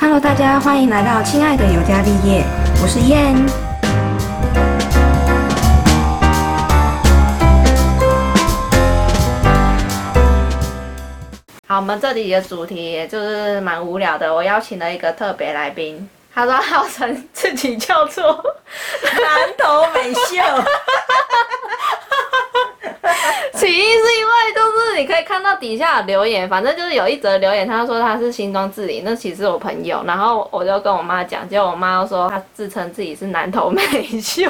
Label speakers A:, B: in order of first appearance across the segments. A: Hello，大家欢迎来到《亲爱的尤加利叶》，我是燕。
B: 好，我们这里的主题也就是蛮无聊的，我邀请了一个特别来宾，他说号称自己叫做
C: 南 投美秀，
B: 起因是因为就是你可以看到底下的留言，反正就是有一则留言，他说他是新庄自理，那其实我朋友，然后我就跟我妈讲，结果我妈又说她自称自己是南投美 秀，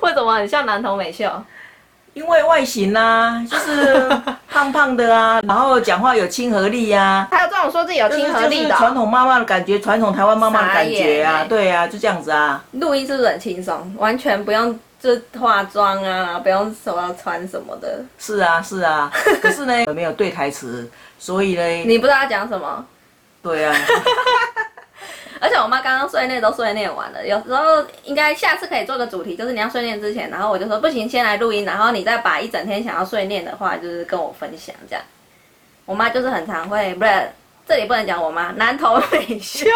B: 为什么很像南投美秀？
C: 因为外 形啊，就是胖胖的啊，然后讲话有亲和力啊，
B: 还有这种说自己有
C: 就是
B: 亲和
C: 就是
B: 力的
C: 传
B: 哦、
C: 统妈妈的感觉，传统台湾妈妈的感觉
B: 傻眼
C: 啊，
B: 欸
C: 对啊，就这样子啊。
D: 录音是不是很轻松？完全不用就化妆啊，不用什么穿什么的。
C: 是啊，是啊，可是呢，没有对台词，所以呢，
D: 你不知道要讲什么，
C: 对啊，
D: 而且我妈刚刚碎念都碎念完了，有时候应该下次可以做个主题，就是你要碎念之前，然后我就说不行，先来录音，然后你再把一整天想要碎念的话，就是跟我分享这样。我妈就是很常会，不是这里不能讲我妈，南投美秀，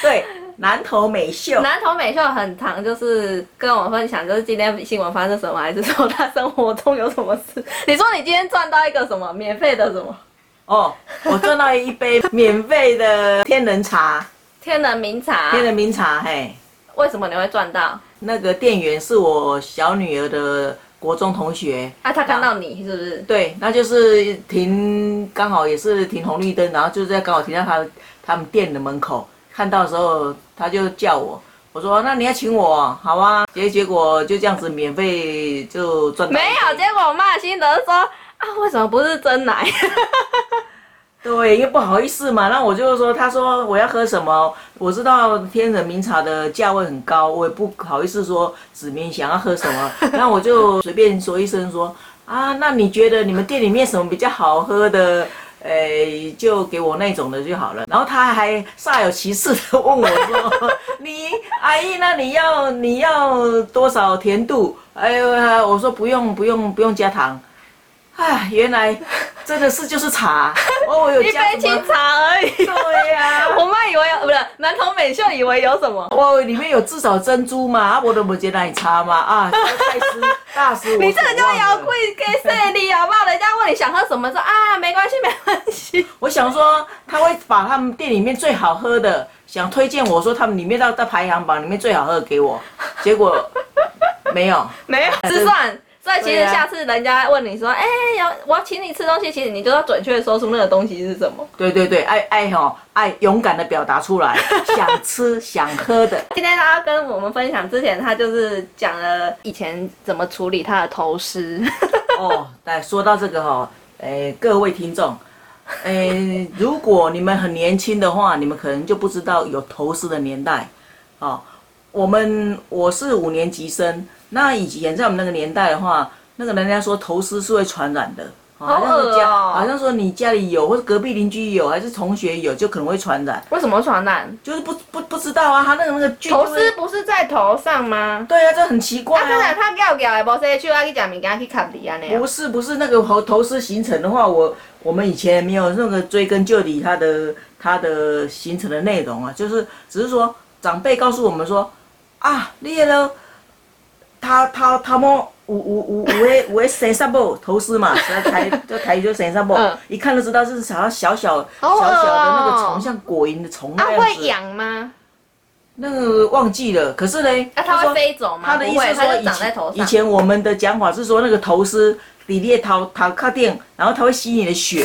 C: 对，南投美秀，
D: 南投美秀很常就是跟我分享，就是今天新闻发生什么，还是说她生活中有什么事。 你说你今天赚到一个什么免费的什么？
C: 哦，我赚到一杯免费的天人茶，
D: 天人名
B: 啊
D: 茶，
C: 天人名茶，嘿，
D: 为什么你会赚到？
C: 那个店员是我小女儿的国中同学，
D: 啊，他看到你是不是？
C: 对，那就是停，刚好也是停红绿灯，然后就在刚好停在他他们店的门口，看到的时候他就叫我，我说那你要请我哦，好啊，结结果就这样子免费就赚到
B: 没有，结果我妈的心得是说啊，为什么不是真奶？
C: 对，因为不好意思嘛，那我就说，他说我要喝什么，我知道天人名茶的价位很高，我也不好意思说指明想要喝什么，那我就随便说一声说啊，那你觉得你们店里面什么比较好喝的？呃，就给我那种的就好了。然后他还煞有其事的问我说：“你阿姨，那你要你要多少甜度？”哎呦，我说不用不用不用加糖。哎，原来真的是就是茶哦，我有
B: 一
C: 加
B: 杯
C: 什
B: 清
C: 么？
B: 茶而已。
C: 对呀、
B: 我妈以为有，不是南投美秀以为有什么，
C: 我哦里面有至少珍珠嘛，啊，我的摩羯奶茶嘛，啊，太师大师，
B: 你
C: 你
B: 这个就要跪给谁力好不好？人家问你想喝什么，说啊没关系没关系。
C: 我想说他会把他们店里面最好喝的，想推荐我说他们里面到到排行榜里面最好喝的给我， 结果没有，
B: 没有
C: 对
B: 吃算。所以其
C: 对
B: 实
C: 啊
B: 下次人家问你说，哎、要我要请你吃东西，其实你就要准确地说出那个东西是什么。
C: 对对对，爱爱吼，爱勇敢的表达出来，想吃想喝的，
B: 今天他跟我们分享之前，他就是讲了以前怎么处理他的头 虱。
C: 哦，来说到这个哈、哦，诶，各位听众，诶，如果你们很年轻的话，你们可能就不知道有头虱的年代，哦，我们我是五年级生，那以前在我们那个年代的话，那个人家说头虱是会传染的。哦好像是
B: 恶
C: 家，
B: 哦
C: 好像说你家里有，或者隔壁邻居有，还是同学有，就可能会传染，
B: 为什么传染？
C: 就是不不不知道啊，他那个那个菌就
B: 头
C: 会
B: 虱，不是在头上吗？
C: 对啊，这很奇怪
B: 啊，真的，
C: 啊。
B: 他咬咬的，无说去啊去食物件去卡你安
D: 啊
B: 尼。
C: 不是不是那个头头虱形成的话，我我们以前没有那个追根究底它的它的形成的内容啊，就是只是说长辈告诉我们说啊，你迄个他他他们有有有有诶有诶生啥某头虱嘛，台就台语就生啥某
B: 嗯，
C: 一看就知道是啥小小
B: 好
C: 小
B: 恶哦
C: 小的那个虫，像果蝇的虫
B: 啊
C: 那样
B: 会
C: 子。
B: 痒吗？
C: 那个忘记了，可是呢，
D: 那、啊、它
C: 就说
D: 会飞走吗？
C: 他的意
D: 不
C: 思
D: 会，
C: 是
D: 它
C: 说
D: 就
C: 以
D: 长在
C: 前
D: 头
C: 以
D: 上。
C: 前我们的讲法是说那个头丝里列桃桃靠垫，然后它会吸你的血。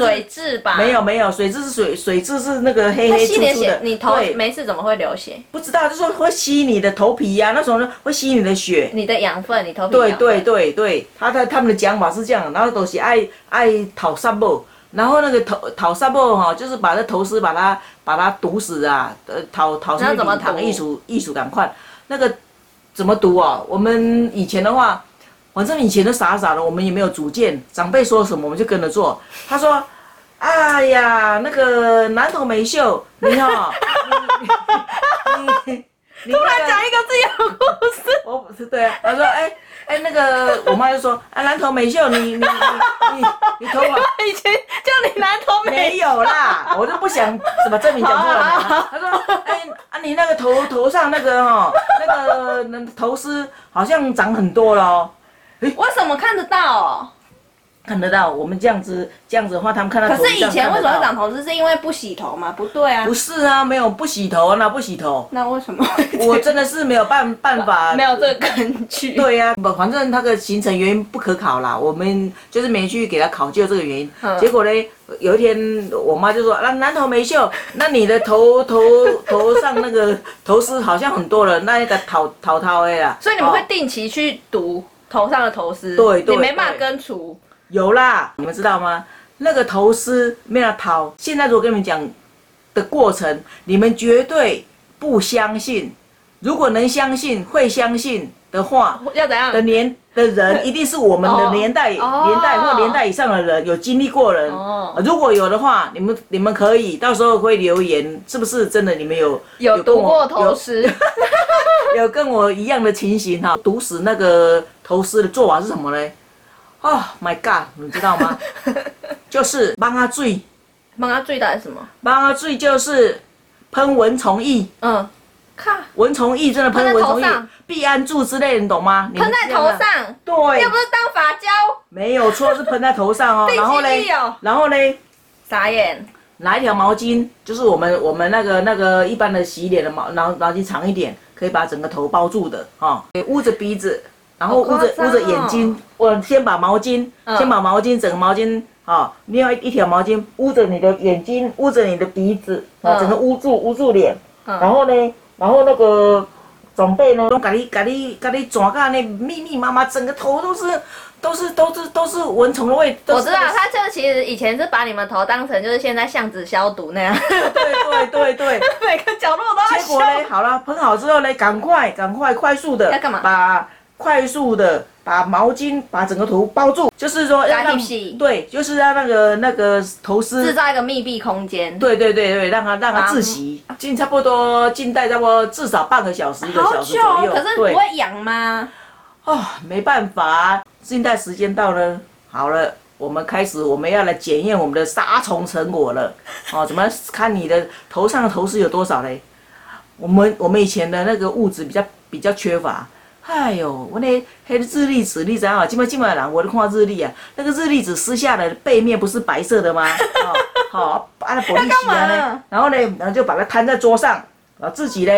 D: 水质吧？
C: 没有。没有，水蛭是水水蛭是那个黑
D: 它
C: 黑
D: 啊吸
C: 粗
D: 点
C: 粗
D: 血
C: 的，，
D: 你头
C: 对，
D: 没事怎么会流血？
C: 不知道就说会吸你的头皮呀、那种呢会吸你的血。
D: 你的养分，你头皮
C: 对
D: 养分
C: 对对对，他的他们的讲法是这样，然后都是爱爱讨杀某，然后那个讨讨杀某哈，就是把那头丝把它把它毒死啊，呃，讨讨
D: 那
C: 生
D: 怎么毒
C: 艺术艺术赶快那个怎么毒啊？我们以前的话，反正以前都傻傻的，我们也没有主见，长辈说什么我们就跟着做。他说。哎呀，那个南投美秀，你好、你你你突 然
B: 讲一个自己的故事，
C: 我不是对啊，他说哎、哎、那个我妈就说啊，蓝头美秀，你你你你你头发
B: 以前叫你男头
C: 没
B: 没
C: 有啦，我就不想怎么证明讲出来啊。他说，哎、啊，你那个头头上那个哦，那个那头丝好像长很多了哦。
D: 为什么看得到、哦？
C: 看得到，我们这样子这样子的话，他们看到
D: 可
C: 头
D: 是以
C: 上
D: 前
C: 看
D: 为什
C: 得
D: 么
C: 到
D: 会长头发？是因为不洗头吗？不对啊
C: 不，是啊，没有不洗头，那不洗头，
D: 那为什么？
C: 我真的是没有办办 法。
B: 没有这个根据。
C: 对呀、不，反正那个行程原因不可考啦，我们就是没去给他考究这个原因。
B: 嗯
C: 结果呢，有一天我妈就说：“那男头没秀， 那你的头头头上那个 头丝好像很多了，那一个淘淘淘哎啦。”
B: 所以你们会
C: 哦
B: 定期去读头上的头丝，
C: 对对
B: 你没办法
C: 对
B: 根除。
C: 有啦，你们知道吗？那个头丝没有掏，现在如果跟你们讲的过程，你们绝对不相信。如果能相信、会相信的话，
B: 要怎样
C: 的？年的人，一定是我们的年代、
B: 哦
C: 年代或年代以上的人有经历过人。
B: 哦
C: 如果有的话，你们你们可以到时候会留言，是不是真的？你们有
B: 有
C: 跟
B: 读
C: 我
B: 过头 丝？
C: 有，有跟我一样的情形哈、毒死那个头丝的做法是什么呢？哦、my god，你知道 吗？就是帮他醉，
D: 帮他最大是什么？
C: 帮他醉就是喷蚊虫液，
B: 嗯，
D: 看，
C: 蚊虫液真的喷
D: 喷在
C: 蚊
D: 头
C: 虫液
D: 上，
C: 避安柱之类的，你懂吗？你们
D: 喷在
C: 知道
D: 头
C: 吗。
D: 上，
C: 对
D: 又，不是当发胶，
C: 没有错，是喷在头上 哦。
D: 定
C: 然后
D: 期
C: 呢
D: 利用，
C: 然后呢，
D: 傻眼。
C: 拿一条毛巾，就是我们我们那个那个一般的洗脸的毛毛毛巾长一点，可以把整个头包住的哦。捂着鼻子，然后捂
D: 好夸
C: 着
D: 张
C: 捂
D: 哦嗯
C: 着眼睛，我先把毛巾，先把毛巾整个毛巾啊、哦，另外一条毛巾捂着你的眼睛，捂着你的鼻子，啊、
D: 嗯
C: 整个捂住捂住脸，然后呢，然后那个。准备呢，都给你、给你、给你抓个那密密麻麻，整个头都是、都是、都是、都是蚊虫的味。都
D: 我
C: 是
D: 知道，他就其实以前是把你们头当成就是现在巷子消毒那样，
C: 对对对对，
D: 每个角落都要
C: 结果
D: 消。
C: 呢，好了，喷好之后呢，赶快赶快快速的
D: 要干嘛
C: 把快速的把毛巾把整个头包住，就是说要
D: 打
C: 让
D: 地皮
C: 对，就是要那个那个头
D: 制
C: 丝。
D: 造一个密闭空间。
C: 对对对对，让它让它
D: 把
C: 窒息，近差不多近代差不多至少半个小时一个
D: 好
C: 小时
D: 久
C: 左
D: 哦，
C: 右。
D: 可是不
C: 对
D: 会痒吗？
C: 哦，没办法、近代时间到了，好了，我们开始我们要来检验我们的杀虫成果了。哦，怎么看你的头上的头饰有多少嘞？我们我们以前的那个物质比较比较缺乏。哎呦，我那黑日历纸，你知道啊？今麦今麦人，我都看日历啊，那个日历纸撕下来的背面不是白色的吗？哦，好、把它玻璃洗啊
D: 要干
C: 呢
D: 嘛，
C: 然后呢，然后就把它摊在桌上，然后自己呢，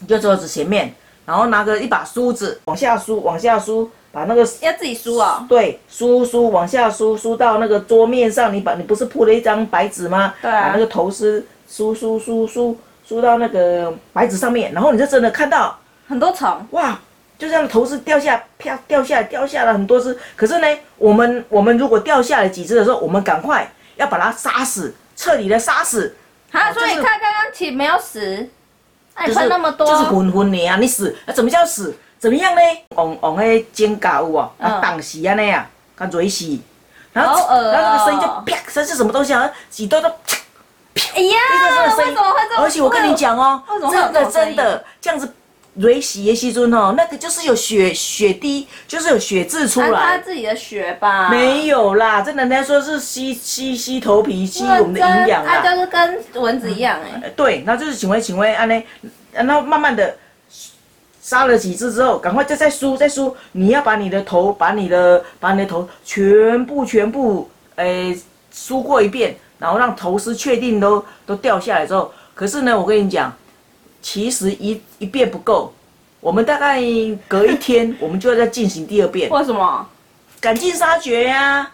C: 你就桌子前面，然后拿个一把梳子往下梳，往下梳，把那个
D: 要自己梳哦。
C: 对，梳梳往下梳，梳到那个桌面上。你把你不是铺了一张白纸吗？
D: 对啊
C: 把那个头丝梳梳梳梳梳到那个白纸上面，然后你就真的看到
D: 很多虫，
C: 哇，就这样头丝掉下，啪掉下来，掉下来很多只。可是呢，我们我们如果掉下来几只的时候，我们赶快要把它杀死，彻底的杀死。
D: 啊，
C: 就
D: 所以
C: 是
D: 他刚刚其实没有死，那
C: 就
D: 你
C: 是
D: 喷那么多，
C: 就是混混你啊，你死，啊、怎么叫死？怎么样呢？往往迄肩胛有哦，啊
D: 嗯
C: 挡死安尼啊，甲蕊死，然后、
D: 好恶哦
C: 然后那个声音就啪，这是什么东西啊？几多都啪，
D: 哎呀
C: 这个，
D: 为
C: 声
D: 什么会这
C: 而且我跟你，讲哦
D: 为什，么会有
C: 真的
D: 这种声
C: 真
D: 音
C: 的这样子蕊死的时阵哦，那个就是有血血滴，就是有血渍出
D: 按他
C: 来。
D: 自己的血吧，
C: 没有啦，真的，人家说是吸吸吸头皮，吸我们的营养啦。
D: 啊，就是跟蚊子一样哎，
C: 对，那就是请问请问安呢，然后慢慢的杀了几只之后，赶快再再梳再梳，你要把你的头把你的把你的头全部全部诶梳过一遍，然后让头丝确定都都掉下来之后，可是呢，我跟你讲，其实一一遍不够。我们大概隔一天，我们就要再进行第二遍，
D: 为什么？
C: 赶尽杀绝呀、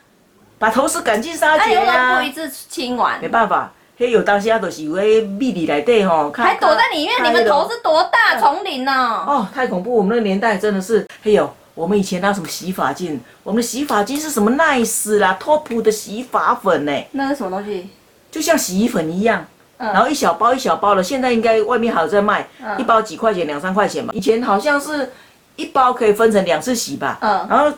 C: 把头丝赶尽杀
D: 那
C: 绝
D: 你为
C: 呀、
D: 什么不一次清完
C: 没？办法，迄有当时啊，就是有迄秘里内底吼，
D: 还躲在里面，你们头
C: 是
D: 是多大丛林啊呢？
C: 哦，太恐怖！我们那个年代真的是，还有我们以前那什么洗发精，我们的洗发精是什么耐斯啦、top 的洗发粉呢、
D: 那是什么东西？
C: 就像洗衣粉一样。
D: 嗯
C: 然后一小包一小包的，现在应该外面还有在卖，一包几块钱，两三块钱吧。以前好像是一包可以分成两次洗吧。
D: 嗯
C: 然后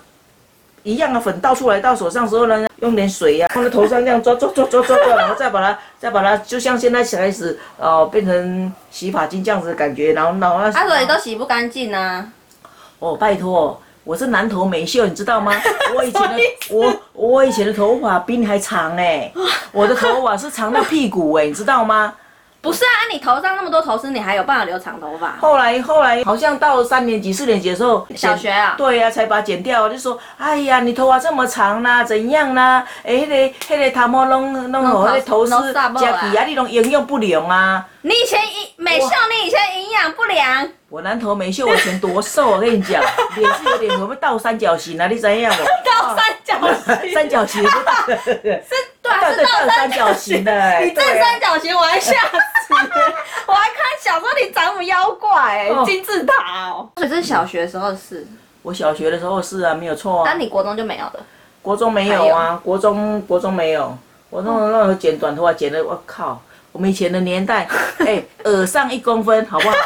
C: 一样的粉倒出来到手上之后呢，用点水呀、放在头上这样抓抓抓抓抓抓，然后再把它再把它，就像现在小孩子呃变成洗发精这样子的感觉，然后然后它
D: 啊，所以都洗不干净啊。
C: 哦，拜托，我是南投美秀，你知道吗？我以前的我我以前的头发比你还长哎、我的头发是长到屁股哎、你知道吗？
D: 不是啊，你头上那么多头丝，你还有办法留长头发？
C: 后来后来好像到三年级四年级的时候，剪
D: 小学啊
C: 对呀、才把它剪掉。就说哎呀，你头发这么长啦、怎样啦、哎，迄、个迄、个头毛拢拢
D: 头
C: 好，那个头丝
D: 弄散布啊
C: 夹起啊，你拢营养不良啊。
D: 你以前营美秀，你以前营养不良，
C: 我南头没秀，我以前多瘦，我跟你讲， 脸是有点什么倒三角形啊，你怎样 我？
D: 倒三角 形，
C: 三角形不大， 对
D: 是，对啊，是倒
C: 倒
D: 三
C: 三
D: 角
C: 角
D: 形。
C: 形的、欸，
D: 你正
C: 对啊
D: 三角形，我还吓 死，我还看小说你长什么妖怪、欸，
C: 哦
D: 金字塔哦。所以这是小学时候的事，
C: 我小学的时候是啊，没有错啊
D: 但。你国中就没有了。
C: 国中没有啊，国中国中没有，国中那时候剪短头发剪的，我靠！我们以前的年 代，哎、耳上一公分，好不好？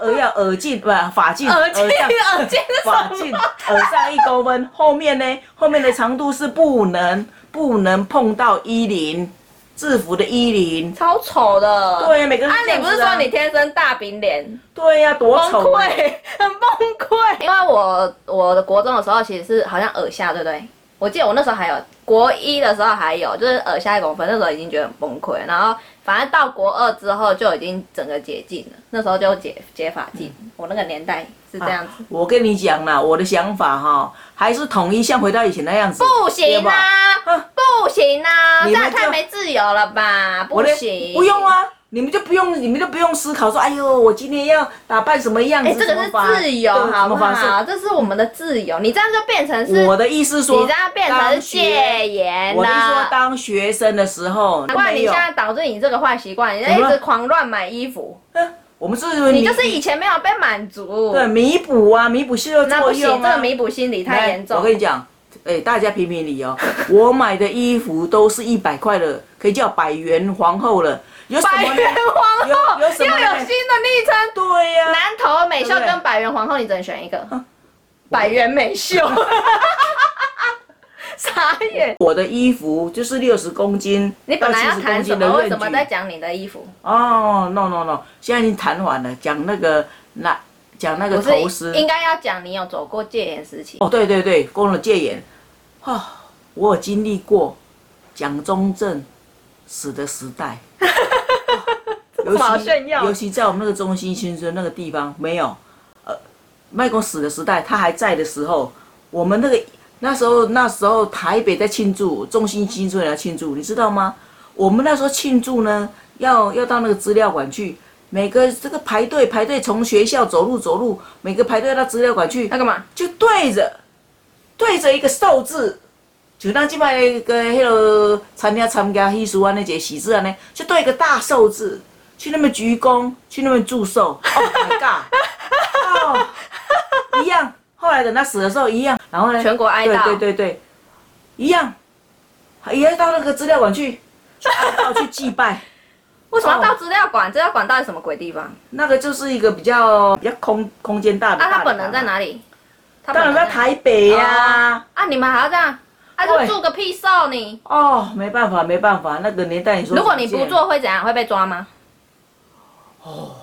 C: 耳要耳进不发 进，
D: 耳机，
C: 上
D: 耳机是什
C: 发
D: 么？
C: 进耳上一公分，后面呢？后面的长度是不能不能碰到衣领，制服的衣领。
D: 超丑的。
C: 对呀、每个人
D: 啊
C: 都，这
D: 你
C: 样
D: 不是
C: 子
D: 说
C: 啊
D: 你天生大饼脸，
C: 对呀、多
D: 崩
C: 丑、啊！
D: 溃，很崩溃。因为我我的国中的时候其实是好像耳下，对不对？我记得我那时候还有国一的时候还有，就是耳下一公分，那时候已经觉得很崩溃。然后反正到国二之后就已经整个解禁了，那时候就解解法禁。我那个年代是 这样子，
C: 我跟你讲啦，我的想法哈，还是统一像回到以前那样子。
D: 不行
C: 吧？
D: 啊，
C: 啊
D: 不行啊，这
C: 你们
D: 样太
C: 就
D: 没自由了吧？不
C: 我的
D: 行，
C: 不用。啊，你们就不用，你们就不用思考说，哎呦，我今天要打扮什么样子？
D: 哎、这个
C: 什
D: 是
C: 么发
D: 自由，
C: 对
D: 好不
C: 什么
D: 好？这是我们的自由，你这样就变成
C: 方式
D: 是，
C: 我的意思说，
D: 你这样变成是
C: 当学
D: 戒严
C: 我的意思说，
D: 了。
C: 当学生的时候，
D: 难怪你现
C: 没有，
D: 在导致你这个坏习惯，你就
C: 怎么
D: 一
C: 了
D: 直狂乱买衣服，
C: 我们是
D: 你就是以前没有被满足。
C: 对弥补啊，弥补需要
D: 那
C: 作
D: 不行，
C: 用
D: 这
C: 啊。
D: 个弥补心理太严重
C: 我。跟你讲，哎、大家评评理哦。 我买的衣服都是一百块的，可以叫百元皇后了。有什
D: 百
C: 么呢？
D: 元皇后又有
C: 有有什
D: 新
C: 么
D: 的
C: 呢
D: 昵称，
C: 对呀、
D: 南投美秀
C: 对不对
D: 跟百元皇后，你只能选一个。百元美秀， 傻眼！
C: 我的衣服就是六十公斤，
D: 你本来要
C: 70公
D: 谈什
C: 斤
D: 么？
C: 的
D: 为
C: 论
D: 什么在
C: 据。
D: 讲你的衣服？
C: 哦，no no no，现在已经谈完了，讲那个那讲那个
D: 不
C: 头
D: 是
C: 丝。
D: 应该要讲你有走过戒严时期。
C: 哦，对对对，攻了戒严。哦，我有经历过蒋中正死的时 代。哦尤
D: 么好
C: 其
D: 炫耀
C: 尤其在我们那个中心新村那个地方，没有，呃，麦公死的时代，他还在的时候，我们那个那时候那时候台北在庆祝，中心新村也在庆祝，你知道吗？我们那时候庆祝呢，要要到那个资料馆去，每个这个排队排队从学校走路走路，每个排队到资料馆去，
D: 那干嘛？
C: 就对着对着一个寿字，就咱即摆个迄落参加参加喜事安尼一个喜字安尼，就对一个大寿字去那边鞠躬，去那边祝 寿。Oh my god！哦，一样。后来等他死的时候一样，然后呢？
D: 全国哀悼
C: 对对对对，一样，也要到那个资料馆去去哀悼去祭拜。
D: 为什
C: 哦
D: 么要到资料馆？资料馆到底什么鬼地方？
C: 那个就是一个比较比较空空间大
D: 啊，
C: 的。
D: 他
C: 大的
D: 本人
C: 大
D: 在
C: 的？
D: 哪里？他
C: 当然在
D: 哪
C: 台北呀、
D: 啊！你们还要这样？啊，就
C: 对
D: 住个屁哨你！
C: 哦，没办法，没办法，那个年代你说，
D: 如果你不，做会怎样？会被抓吗？哦，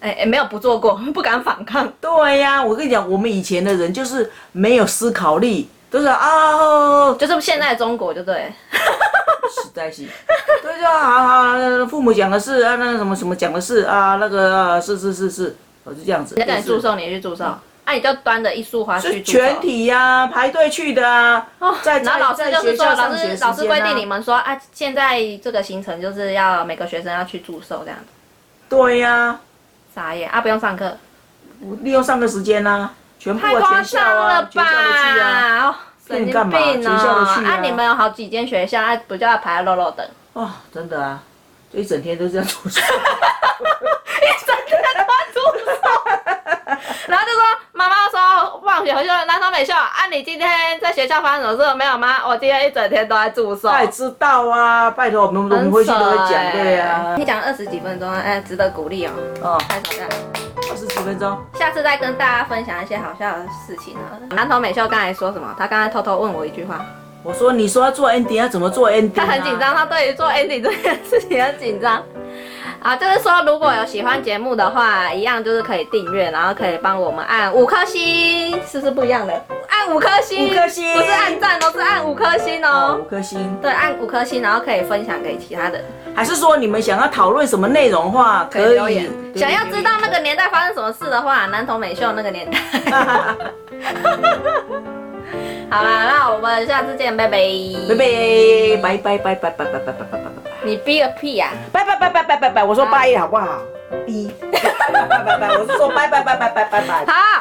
D: 哎、哎，没有不做过，不敢反抗。
C: 对呀、我跟你讲，我们以前的人就是没有思考力，都是啊，哦
D: 就是现在的中国就对了，
C: 实 在是，对就好好，父母讲的是啊，那个什么什么讲的是啊，那个啊是是是是，我就这样子，
D: 人家叫你
C: 就是
D: 祝寿，你也去祝寿，啊，你就端着一束花
C: 嗯是
D: 去祝寿。
C: 全体呀、排队去的啊，在
D: 哦然
C: 在
D: 后老师
C: 在
D: 就是
C: 学
D: 说，
C: 校
D: 老
C: 上
D: 师
C: 学
D: 老师
C: 时间
D: 规
C: 啊
D: 定你们说啊，现在这个行程就是要每个学生要去祝寿这样子，
C: 对呀、
D: 傻眼啊，不用上课，
C: 利用上课时间啊，全部
D: 太
C: 啊，
D: 夸
C: 全校
D: 张了
C: 啊，全校的去啊。
D: 吧！哦神
C: 骗你
D: 经
C: 干嘛
D: 病
C: 学校
D: 哦！
C: 的去啊
D: 你们有好几间学校，啊，不就要排漏漏等？
C: 哦，真的啊，就一整天都这样读书。
D: 然后就说妈妈说放学回去南昌美秀啊，你今天在学校发生什么事没有妈？我今天一整天都在住宿。
C: 他也知道啊，拜托我们我们回去都会
D: 很扯欸
C: 讲，对啊，
D: 你讲了二十几分钟，哎，值得鼓励哦，
C: 哦，
D: 太少了。
C: 二十几分钟，
D: 下次再跟大家分享一些好笑的事情啊。南投美秀刚才说什么？他刚才偷偷问我一句话，
C: 我说你说要做 ending 要怎么做 ending？、啊、
D: 他很紧，张，他对于做 ending 这件事情很紧张。啊，就是说如果有喜欢节目的话，一样就是可以订阅，然后可以帮我们按五颗星，是不是不一样的？按五颗星，
C: 五颗星
D: 不是按赞哦，是按五颗星
C: 哦，
D: 哦
C: 五。颗星。
D: 对，按五颗星，然后可以分享给其他人，
C: 还是说你们想要讨论什么内容的话，
D: 可以
C: 可
D: 留
C: 以
D: 言。想要知道那个年代发生什么事的话，男童美秀那个 年代。
C: 个，
D: 好啦，那我们下次见，拜拜。
C: 拜拜拜拜拜拜拜拜拜拜拜拜
D: 你逼个屁呀、
C: 拜拜拜拜拜拜拜，我说拜好不好？一，拜拜拜，我是说拜拜拜拜拜拜拜。
D: 好。